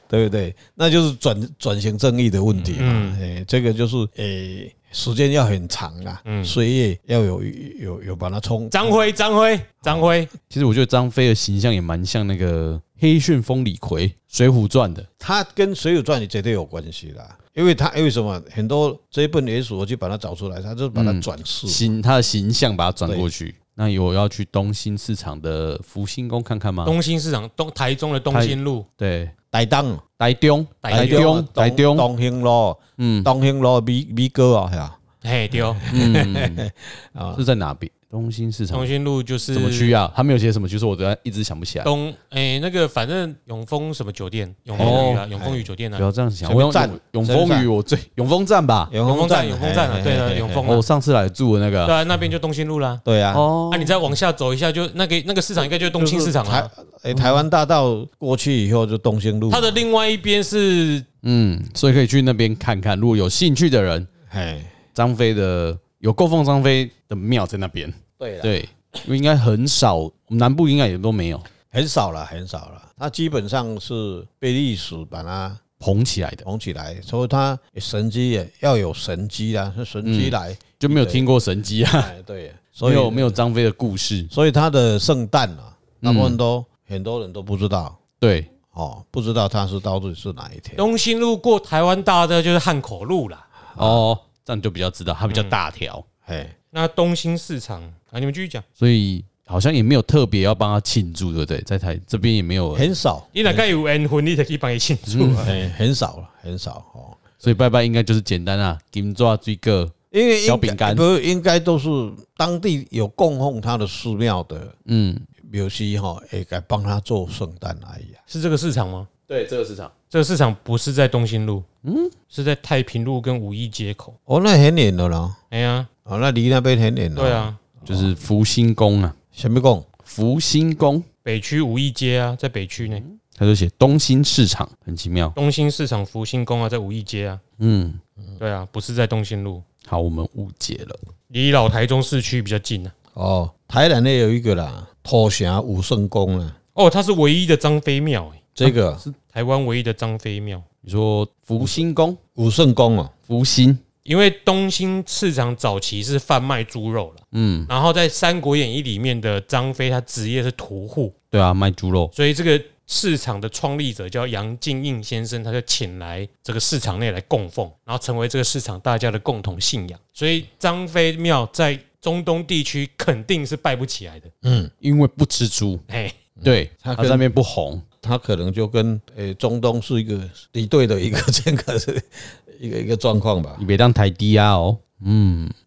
[SPEAKER 3] 对不对？那就是转转型正义的问题嘛
[SPEAKER 2] 嗯。
[SPEAKER 3] 哎，这个就是诶，时间要很长啦，
[SPEAKER 2] 嗯
[SPEAKER 3] 岁月要有有有把它冲。
[SPEAKER 2] 张辉，张辉，张辉，
[SPEAKER 1] 其实我觉得张飞的形象也蛮像那个黑旋风李逵，《水浒传》的。
[SPEAKER 3] 它跟《水浒传》也绝对有关系啦，因为它因为什么，很多追本野史我就把它找出来，它就把它转世。
[SPEAKER 2] 嗯
[SPEAKER 1] 形他的形象把它转过去。那有要去东兴市场的福星宫看看吗？
[SPEAKER 2] 东兴市场东台中的东兴路，
[SPEAKER 1] 对，
[SPEAKER 3] 台东，啊
[SPEAKER 1] 台中，
[SPEAKER 2] 台
[SPEAKER 1] 中，台中，
[SPEAKER 3] 东兴路，
[SPEAKER 1] 嗯
[SPEAKER 3] 东兴路米米哥啊，吓，
[SPEAKER 2] 嘿哦丢，
[SPEAKER 1] 嗯，
[SPEAKER 3] 啊
[SPEAKER 1] 是在哪边？东兴市场
[SPEAKER 2] 东兴路就是
[SPEAKER 1] 什么区啊？他没有写什么区，所以我都在一直想不起来。
[SPEAKER 2] 东哎那个反正永丰什么酒店，永丰宇啊，永丰宇酒店
[SPEAKER 1] 不
[SPEAKER 2] 啊，
[SPEAKER 1] 要这样想，我
[SPEAKER 3] 什么
[SPEAKER 1] 用
[SPEAKER 3] 站
[SPEAKER 1] 永永
[SPEAKER 3] 什么
[SPEAKER 1] 丰
[SPEAKER 3] 站
[SPEAKER 1] 屿，我最永丰站吧。
[SPEAKER 3] 永
[SPEAKER 2] 丰站永丰站啊
[SPEAKER 3] 嘿嘿
[SPEAKER 2] 对啊
[SPEAKER 3] 嘿嘿
[SPEAKER 2] 永丰
[SPEAKER 1] 哦我上次来住的那
[SPEAKER 2] 对
[SPEAKER 1] 个
[SPEAKER 2] 啊，那边就东兴路啦。
[SPEAKER 3] 对啊，
[SPEAKER 1] 哦
[SPEAKER 2] 啊，，你再往下走一下，就那个那个市场应该就是东兴市场啊
[SPEAKER 3] 台
[SPEAKER 2] 了。
[SPEAKER 3] 诶台湾大道过去以后就东兴路，
[SPEAKER 2] 它的另外一边是
[SPEAKER 1] 嗯，所以可以去那边看看。如果有兴趣的人，
[SPEAKER 3] 哎，
[SPEAKER 1] 张飞的有供奉张飞的庙在那边，
[SPEAKER 3] 对了，
[SPEAKER 1] 对，因为应该很少，我们南部应该也都没有
[SPEAKER 3] 很少了，很少了，它基本上是被历史把它
[SPEAKER 1] 捧起来的。
[SPEAKER 3] 捧起来，所以它神机也要有神机啦，是神机来，
[SPEAKER 1] 就没有听过神机啊，[laughs]
[SPEAKER 3] [laughs] 哎，对，所
[SPEAKER 1] 没
[SPEAKER 3] 以
[SPEAKER 1] 有没有张飞的故事。
[SPEAKER 3] 所以他的圣诞啊，大部分都、很多人都不知道
[SPEAKER 1] 对，
[SPEAKER 3] 哦，不知道他是到底是哪一天。
[SPEAKER 2] 东兴路过台湾大道就是汉口路啦。
[SPEAKER 1] 哦，这样就比较知道，它比较大条，
[SPEAKER 3] 哎，
[SPEAKER 2] 那东兴市场啊，你们继续讲。
[SPEAKER 1] 所以好像也没有特别要帮他庆祝，对不对？在台这边也没有，
[SPEAKER 3] 很少，
[SPEAKER 2] 你哪个有缘分，你才可以帮伊庆祝。啊
[SPEAKER 3] 哎，很少了，很少哦。
[SPEAKER 1] 所以拜拜应该就是简单啊，金抓追个，
[SPEAKER 3] 因为应该
[SPEAKER 1] 小饼干
[SPEAKER 3] 不是应该都是当地有供奉他的寺庙的
[SPEAKER 1] 嗯，
[SPEAKER 3] 庙西哈，也该帮他做圣诞而已啊。
[SPEAKER 2] 是这个市场吗？
[SPEAKER 1] 对，这个市场
[SPEAKER 2] 这个市场不是在东兴路，嗯，是在太平路跟五一街口。
[SPEAKER 3] 哦，那很远了啦，
[SPEAKER 2] 哎呀，
[SPEAKER 3] 哦，那离那边很远了。
[SPEAKER 2] 对，啊，
[SPEAKER 1] 就是福星宫啊，
[SPEAKER 3] 什么供？
[SPEAKER 1] 福星宫，
[SPEAKER 2] 北区五一街啊，在北区呢。
[SPEAKER 1] 他就写东兴市场，很奇妙，
[SPEAKER 2] 东兴市场福星宫啊，在五一街啊。
[SPEAKER 1] 嗯，
[SPEAKER 2] 对啊，不是在东兴路，
[SPEAKER 1] 好，我们误解了，
[SPEAKER 2] 离老台中市区比较近啊。
[SPEAKER 3] 哦，台南也有一个啦，土城武圣宫啊，
[SPEAKER 2] 哦，它是唯一的张飞庙、欸，
[SPEAKER 3] 这
[SPEAKER 1] 啊
[SPEAKER 3] 个
[SPEAKER 2] 台湾唯一的张飞庙。
[SPEAKER 1] 你说福星宫，
[SPEAKER 3] 武圣宫哦，
[SPEAKER 1] 福星，
[SPEAKER 2] 因为东兴市场早期是贩卖猪肉了，嗯，然后在《三国演义》里面的张飞，他职业是屠户，
[SPEAKER 1] 对啊，卖猪肉，
[SPEAKER 2] 所以这个市场的创立者叫杨敬应先生，他就请来这个市场内来供奉，然后成为这个市场大家的共同信仰。所以张飞庙在中东地区肯定是拜不起来的，
[SPEAKER 1] 因为不吃猪，
[SPEAKER 2] 嘿，
[SPEAKER 1] 对，
[SPEAKER 3] 他
[SPEAKER 1] 他
[SPEAKER 3] 跟
[SPEAKER 1] 在那边不红，
[SPEAKER 3] 他可能就跟诶、中东是一个敌对的一个这个是 [laughs] 一个一个状况吧
[SPEAKER 1] 你。别当台低啊哦，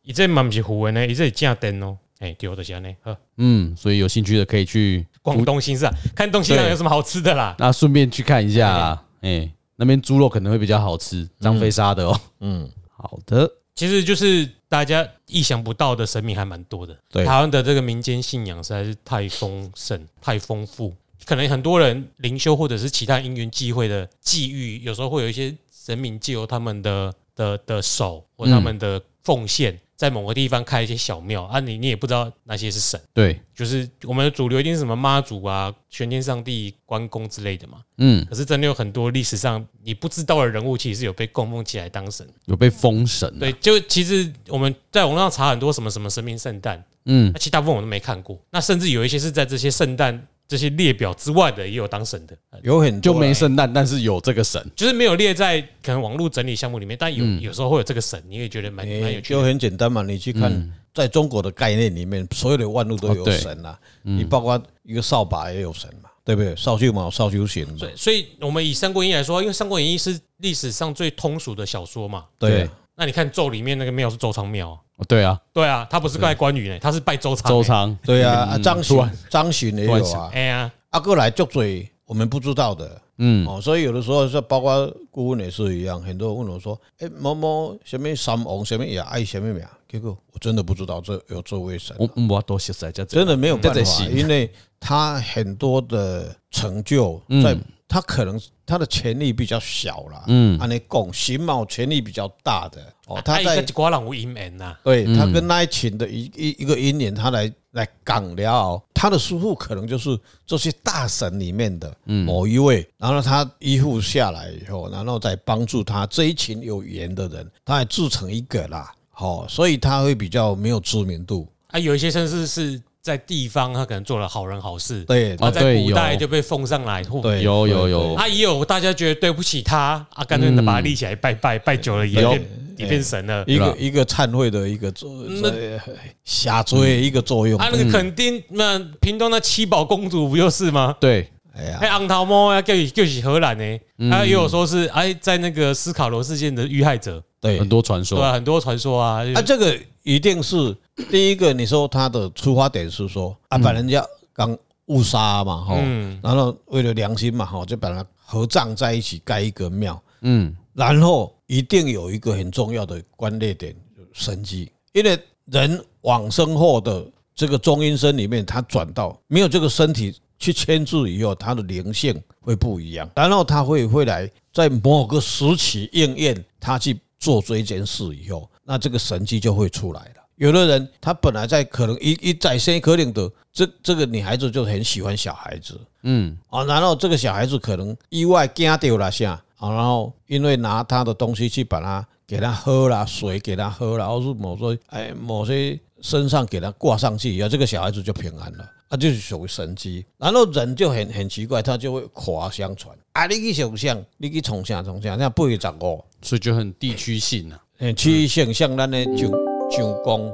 [SPEAKER 2] 伊这嘛不是胡文呢，伊这是正灯哦，哎，对，就是安尼。呵
[SPEAKER 1] 嗯，所以有兴趣的可以去
[SPEAKER 2] 逛东兴市场，看东兴市场有什么好吃的啦。
[SPEAKER 1] 那顺便去看一下啦，哎、那边猪肉可能会比较好吃，张飞杀的哦、
[SPEAKER 3] 嗯，
[SPEAKER 1] 好的，
[SPEAKER 2] 其实就是大家意想不到的神明还蛮多的。
[SPEAKER 3] 对
[SPEAKER 2] 台湾的这个民间信仰实在是太丰盛、太丰富，可能很多人灵修或者是其他因缘际会的际遇，有时候会有一些神明借由他们的的的手或他们的奉献，在某个地方开一些小庙啊你，你也不知道那些是神。
[SPEAKER 1] 对，
[SPEAKER 2] 就是我们的主流一定是什么妈祖啊、玄天上帝、关公之类的嘛，
[SPEAKER 1] 嗯，
[SPEAKER 2] 可是真的有很多历史上你不知道的人物，其实有被供奉起来当神。
[SPEAKER 1] 有被封神、啊，，
[SPEAKER 2] 对，就其实我们在网上查很多什么什么神明圣诞，
[SPEAKER 1] 嗯
[SPEAKER 2] 那其实大部分我都没看过。那甚至有一些是在这些圣诞这些列表之外的，也有当神的，呃
[SPEAKER 3] 有很多
[SPEAKER 1] 就
[SPEAKER 3] 啦
[SPEAKER 1] 没圣诞，但是有这个神，
[SPEAKER 2] 就是没有列在可能网络整理项目里面，但有、有时候会有这个神，你也觉得蛮蛮有
[SPEAKER 3] 诶
[SPEAKER 2] 趣
[SPEAKER 3] 就
[SPEAKER 2] 的。
[SPEAKER 3] 很简单嘛。你去看，
[SPEAKER 1] 嗯
[SPEAKER 3] 在中国的概念里面，所有的万物都
[SPEAKER 1] 哦
[SPEAKER 3] 有
[SPEAKER 1] 对嗯
[SPEAKER 3] 神啊，你包括一个扫把也有神嘛，对不对？扫帚嘛，有扫帚神嘛
[SPEAKER 2] 对，，所以我们以《三国演义》来说，因为《三国演义》是历史上最通俗的小说嘛。
[SPEAKER 3] 对啊，
[SPEAKER 2] 那你看咒里面那个庙是周仓庙啊，
[SPEAKER 1] 哦对啊，
[SPEAKER 2] 对啊，他不是拜关羽呢、他是拜周仓、
[SPEAKER 1] 周。仓，
[SPEAKER 3] 对啊。啊张
[SPEAKER 1] [laughs]
[SPEAKER 3] 巡
[SPEAKER 1] 突然，
[SPEAKER 3] 张巡也
[SPEAKER 1] 突然
[SPEAKER 3] 有
[SPEAKER 1] 想
[SPEAKER 3] 啊，
[SPEAKER 2] 哎呀，
[SPEAKER 3] 啊，过来就嘴我们不知道的，
[SPEAKER 1] 嗯，
[SPEAKER 3] 哦，所以有的时候是包括顾问也是一样，很多人问我说：“哎、某某什么三王什么也爱什么名？”结果我真的不知道这有这位神，
[SPEAKER 1] 我我都写在这，
[SPEAKER 3] 真的没有办
[SPEAKER 1] 这才
[SPEAKER 3] 法，
[SPEAKER 1] 行
[SPEAKER 3] 因为他很多的成就
[SPEAKER 1] 嗯
[SPEAKER 3] 在，他可能他的权力比较小啦，
[SPEAKER 1] 嗯啊
[SPEAKER 3] 按你讲，刑卯权力比较大的哦，
[SPEAKER 2] 他
[SPEAKER 3] 他
[SPEAKER 2] 一哎个
[SPEAKER 3] 在
[SPEAKER 2] 一寡人有姻缘呐，
[SPEAKER 1] 嗯
[SPEAKER 3] 对他跟那一群的一一一个姻缘，他来来讲了后，他的师傅可能就是这些大神里面的
[SPEAKER 1] 嗯
[SPEAKER 3] 某一位，然后他依附下来以后，然后再帮助他这一群有缘的人，他还自成一个啦。好，所以他会比较没有知名度。
[SPEAKER 2] 啊，有一些甚至是在地方他可能做了好人好事，
[SPEAKER 3] 对
[SPEAKER 2] 然后在
[SPEAKER 1] 啊对
[SPEAKER 2] 古代
[SPEAKER 1] 有
[SPEAKER 2] 就被奉上来，或
[SPEAKER 3] 对，
[SPEAKER 1] 哦有有
[SPEAKER 3] 对
[SPEAKER 1] 有
[SPEAKER 2] 啊，也有大家觉得对不起他啊，干脆把他立起来拜拜，拜久了也
[SPEAKER 1] 有
[SPEAKER 2] 变也变神了。
[SPEAKER 3] 一
[SPEAKER 1] 对
[SPEAKER 3] 个
[SPEAKER 1] 吧
[SPEAKER 3] 一个忏悔的一个作呃
[SPEAKER 2] 那
[SPEAKER 3] 下坠一个作用。
[SPEAKER 2] 啊，那个肯定那屏东那七宝公主不就是吗？
[SPEAKER 1] 对，
[SPEAKER 3] 哎呀，
[SPEAKER 2] 哎，昂桃猫啊，就是就是荷兰呢，
[SPEAKER 1] 嗯
[SPEAKER 2] 啊，也有说是哎，在那个斯卡罗事件的遇害者，
[SPEAKER 3] 对
[SPEAKER 1] 很，多传
[SPEAKER 2] 对
[SPEAKER 1] 说
[SPEAKER 2] 吧？很多传说啊，
[SPEAKER 3] 啊，这个一定是第一个。你说他的出发点是说啊，把人家刚误杀嘛，哈，
[SPEAKER 2] 嗯
[SPEAKER 3] 然后为了良心嘛，哈，就把它合葬在一起盖一个庙，
[SPEAKER 1] 嗯，
[SPEAKER 3] 然后一定有一个很重要的关键点，就是生机，因为人往生后的这个中阴身里面，他转到没有这个身体去牵制以后，他的灵性会不一样，然后他会会来在某个时期应验，他去做这一件事以后，那这个神迹就会出来了。有的人他本来在可能一一再生可能的这这个女孩子就很喜欢小孩子，
[SPEAKER 1] 嗯，
[SPEAKER 3] 啊，然后这个小孩子可能意外惊掉了下，啊，然后因为拿他的东西去把它给他喝了水给他喝了，或是某些哎某些身上给他挂上去以后，啊这个小孩子就平安了。啊，就是属于神机，然后人就很很奇怪，他就会口耳相传啊，你去想象，你去从啥从啥，那不会长哦。
[SPEAKER 1] 所以就很地区性啊，
[SPEAKER 3] 嗯，去想象咱的上上公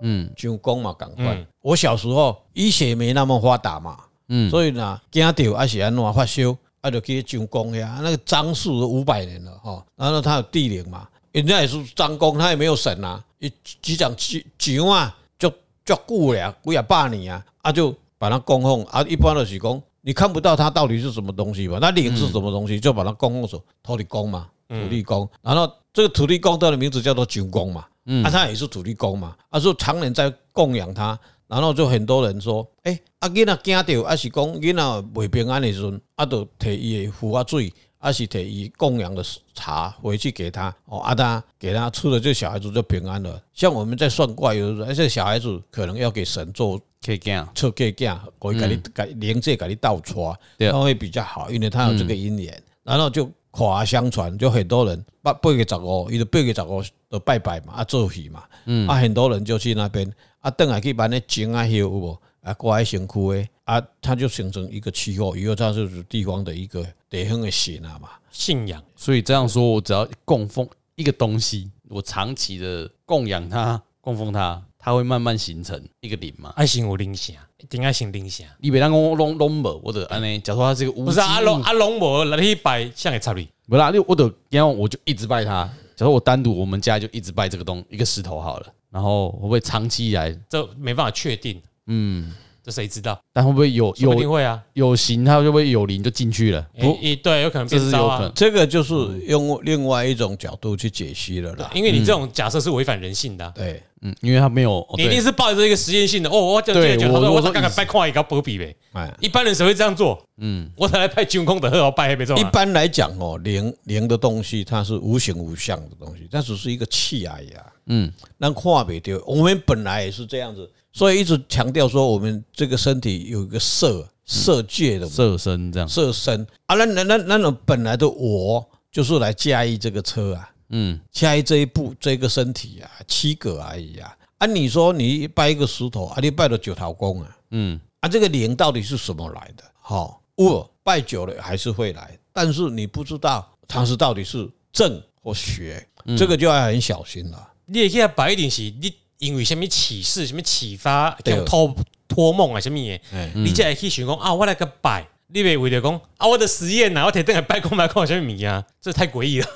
[SPEAKER 1] 嗯
[SPEAKER 3] 上公嘛，赶快
[SPEAKER 2] 嗯。
[SPEAKER 3] 我小时候医学没那么发达嘛，
[SPEAKER 1] 嗯，
[SPEAKER 3] 所以呢，惊到还是安怎发烧，啊，就去上公遐。啊那个张氏都五百年了哈，然后他有地灵嘛，人家也是张公，他也没有神啊，一几掌几掌啊，足足久了，几啊百年啊，啊就把它供奉啊，一般都是讲你看不到它到底是什么东西嘛，那灵是什么东西，就把它供奉成土地公嘛，土地公，然后这个土地公它的名字叫做九公嘛，啊，他也是土地公嘛，啊，所以常年在供养他，然后就很多人说，诶、啊，囡仔惊到，啊是讲囡仔未平安的时阵，啊，就摕伊的符啊水，啊是摕伊供养的茶回去给他，哦，啊他给他吃了，这小孩子就平安了。像我们在算卦，有的时候，而且小孩子可能要给神做
[SPEAKER 1] 可以这样，
[SPEAKER 3] 测给镜，我给你给灵界给你倒穿，
[SPEAKER 1] 对
[SPEAKER 3] 他会比较好，因为他有这个姻缘，然后就口耳相传，就很多人八八月十五，伊就八月十五就拜拜嘛，啊做戏嘛，啊很多人就去那边，啊等来去把那井啊修有无，啊挂在身躯诶，啊它就形成一个气候，以后它就是地方的一个地方的神啊嘛，
[SPEAKER 2] 信仰，
[SPEAKER 1] 所以这样说，我只要供奉一个东西，我长期的供养它、供奉它，它会慢慢形成一个灵嘛。
[SPEAKER 2] 爱信有灵性，啊一定爱信灵性。啊
[SPEAKER 1] 你别当我拢拢无，我得安尼。假如说它是一个无
[SPEAKER 2] 不是啊阿龙阿龙无来去拜，像会插你。
[SPEAKER 1] 不啊啦，你我得然后我就一直拜它。假如我单独我们家就一直拜这个东一个石头好了，然后会不会长期以来，
[SPEAKER 2] 这没办法确定。嗯，这谁知道？
[SPEAKER 1] 但会不会有
[SPEAKER 2] 说不定
[SPEAKER 1] 有
[SPEAKER 2] 会啊，
[SPEAKER 1] 有形，它会不会有灵就进去了？不，
[SPEAKER 2] 一对有可能
[SPEAKER 1] 这
[SPEAKER 2] 变
[SPEAKER 1] 是
[SPEAKER 2] 招
[SPEAKER 1] 有可能
[SPEAKER 2] 啊。。
[SPEAKER 3] 这个就是用另外一种角度去解析了啦，
[SPEAKER 2] 因为你这种假设是违反人性的啊、
[SPEAKER 3] 对。
[SPEAKER 1] 嗯，因为它没有，嗯哦
[SPEAKER 2] 你一定
[SPEAKER 1] 对
[SPEAKER 2] 是抱着一个实验性的哦，我讲
[SPEAKER 1] 对
[SPEAKER 2] 这个，
[SPEAKER 1] 我
[SPEAKER 2] 我
[SPEAKER 1] 我
[SPEAKER 2] 我
[SPEAKER 1] 说
[SPEAKER 2] 刚刚
[SPEAKER 1] 意思
[SPEAKER 2] 拜跨一个波比呗，
[SPEAKER 3] 哎，
[SPEAKER 2] 一般人谁会这样做？嗯，我才来拜军工的，和我拜黑白种
[SPEAKER 3] 一
[SPEAKER 2] 啊。
[SPEAKER 3] 般来讲哦，灵灵的东西它是无形无相的东西，它只是一个气而已啊。
[SPEAKER 1] 嗯，
[SPEAKER 3] 那看不掉。我们本来也是这样子，所以一直强调说我们这个身体有一个色色界的
[SPEAKER 1] 色哦身这样。
[SPEAKER 3] 色身啊，那那那那种本来的我就是来驾驭这个车啊，
[SPEAKER 1] 嗯，
[SPEAKER 3] 驾驭这一步这个身体啊，七个而已啊。啊，你说你拜一个石头啊，你拜了九头公啊，
[SPEAKER 1] 嗯
[SPEAKER 3] 啊，这个灵到底是什么来的？好、我拜久了还是会来，但是你不知道它是到底是正或邪，
[SPEAKER 1] 嗯
[SPEAKER 3] 这个就要很小心了。
[SPEAKER 2] 你也可以拜一定是你因为什么启示、什么启发、
[SPEAKER 3] 对
[SPEAKER 1] 哦
[SPEAKER 2] 像托托梦啊什么的，
[SPEAKER 3] 哎
[SPEAKER 1] 嗯
[SPEAKER 2] 你才会去想讲啊，我来个拜。你别为了讲啊，我的实验啊，我铁定来拜公拜公什么米啊，这太诡异了。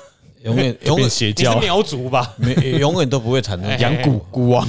[SPEAKER 3] 永远永
[SPEAKER 1] [laughs] 变
[SPEAKER 3] 远
[SPEAKER 1] 邪
[SPEAKER 2] 你是
[SPEAKER 1] 教啊，
[SPEAKER 2] 苗族吧？
[SPEAKER 3] 没永远都不会
[SPEAKER 1] [laughs]
[SPEAKER 3] 产生
[SPEAKER 2] 哎
[SPEAKER 3] 这样
[SPEAKER 1] 养蛊蛊王。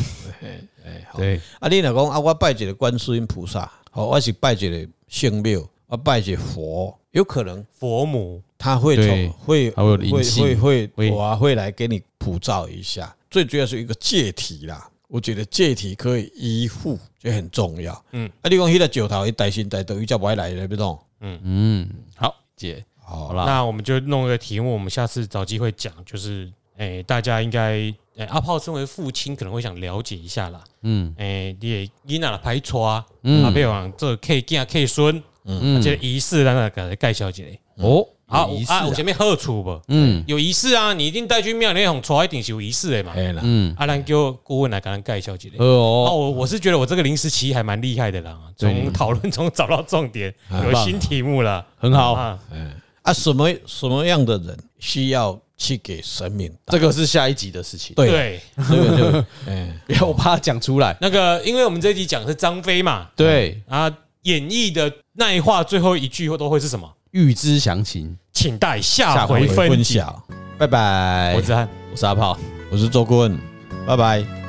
[SPEAKER 1] 对，
[SPEAKER 3] 啊，你若讲啊，我拜一个观世音菩萨，好、我是拜一个圣庙，我拜一个佛，有可能
[SPEAKER 2] 佛母
[SPEAKER 3] 他会
[SPEAKER 1] 对
[SPEAKER 3] 从会
[SPEAKER 1] 它会有灵
[SPEAKER 3] 会
[SPEAKER 1] 性
[SPEAKER 3] 会
[SPEAKER 1] 会
[SPEAKER 3] 会我啊会来给你普照一下，最主要是一个借题啦。我觉得借题可以依附，这很重要。嗯，啊，你讲迄个石头，伊带心带到，伊才不爱来，你不懂？哦
[SPEAKER 1] 嗯，好，姐，
[SPEAKER 3] 好
[SPEAKER 1] 好啦啊
[SPEAKER 2] 那我们就弄一个题目，我们下次找机会讲，就是哎、哎，大家应该，哎，阿炮身为父亲，可能会想了解一下啦。嗯，哎，你也囡仔的排除啊，
[SPEAKER 1] 嗯
[SPEAKER 2] 啊，比如讲这 K 囝 K 孙，嗯，这个仪式让大家介绍一下。
[SPEAKER 1] 哦，
[SPEAKER 2] 好
[SPEAKER 1] 有仪式
[SPEAKER 2] 啊，
[SPEAKER 1] 啊
[SPEAKER 2] 我前面喝处不？
[SPEAKER 1] 嗯
[SPEAKER 2] 有仪式啊，你一定带去庙里红出一定是有仪式的嘛。
[SPEAKER 3] 哎啦，
[SPEAKER 1] 嗯，
[SPEAKER 2] 啊，咱叫顾问来给咱介绍一下。
[SPEAKER 1] 呃
[SPEAKER 2] 哦，
[SPEAKER 1] 哦，
[SPEAKER 2] 我我是觉得我这个临时起意还蛮厉害的啦，
[SPEAKER 1] 对
[SPEAKER 2] 从讨论中找到重点，
[SPEAKER 1] 很
[SPEAKER 2] 有
[SPEAKER 1] 棒
[SPEAKER 2] 新题目了，
[SPEAKER 1] 很好，
[SPEAKER 2] 啊，
[SPEAKER 3] 啊，什么什么样的人需要去给神明带？
[SPEAKER 1] 这个是下一集的事 [laughs] 情，
[SPEAKER 3] 对啦，
[SPEAKER 2] 对，
[SPEAKER 3] 这个这个，哎，
[SPEAKER 1] 不要怕讲出来。
[SPEAKER 2] 那个因为我们这一集讲的是张飞嘛，
[SPEAKER 1] 对，
[SPEAKER 2] 啊，演绎的那一话最后一句都会是什么？
[SPEAKER 1] 预知详情，
[SPEAKER 2] 请待下回分解。
[SPEAKER 3] 晓，
[SPEAKER 1] 拜拜
[SPEAKER 2] 我。是汉。
[SPEAKER 1] 我是阿炮。
[SPEAKER 3] 我是周顾问，拜拜。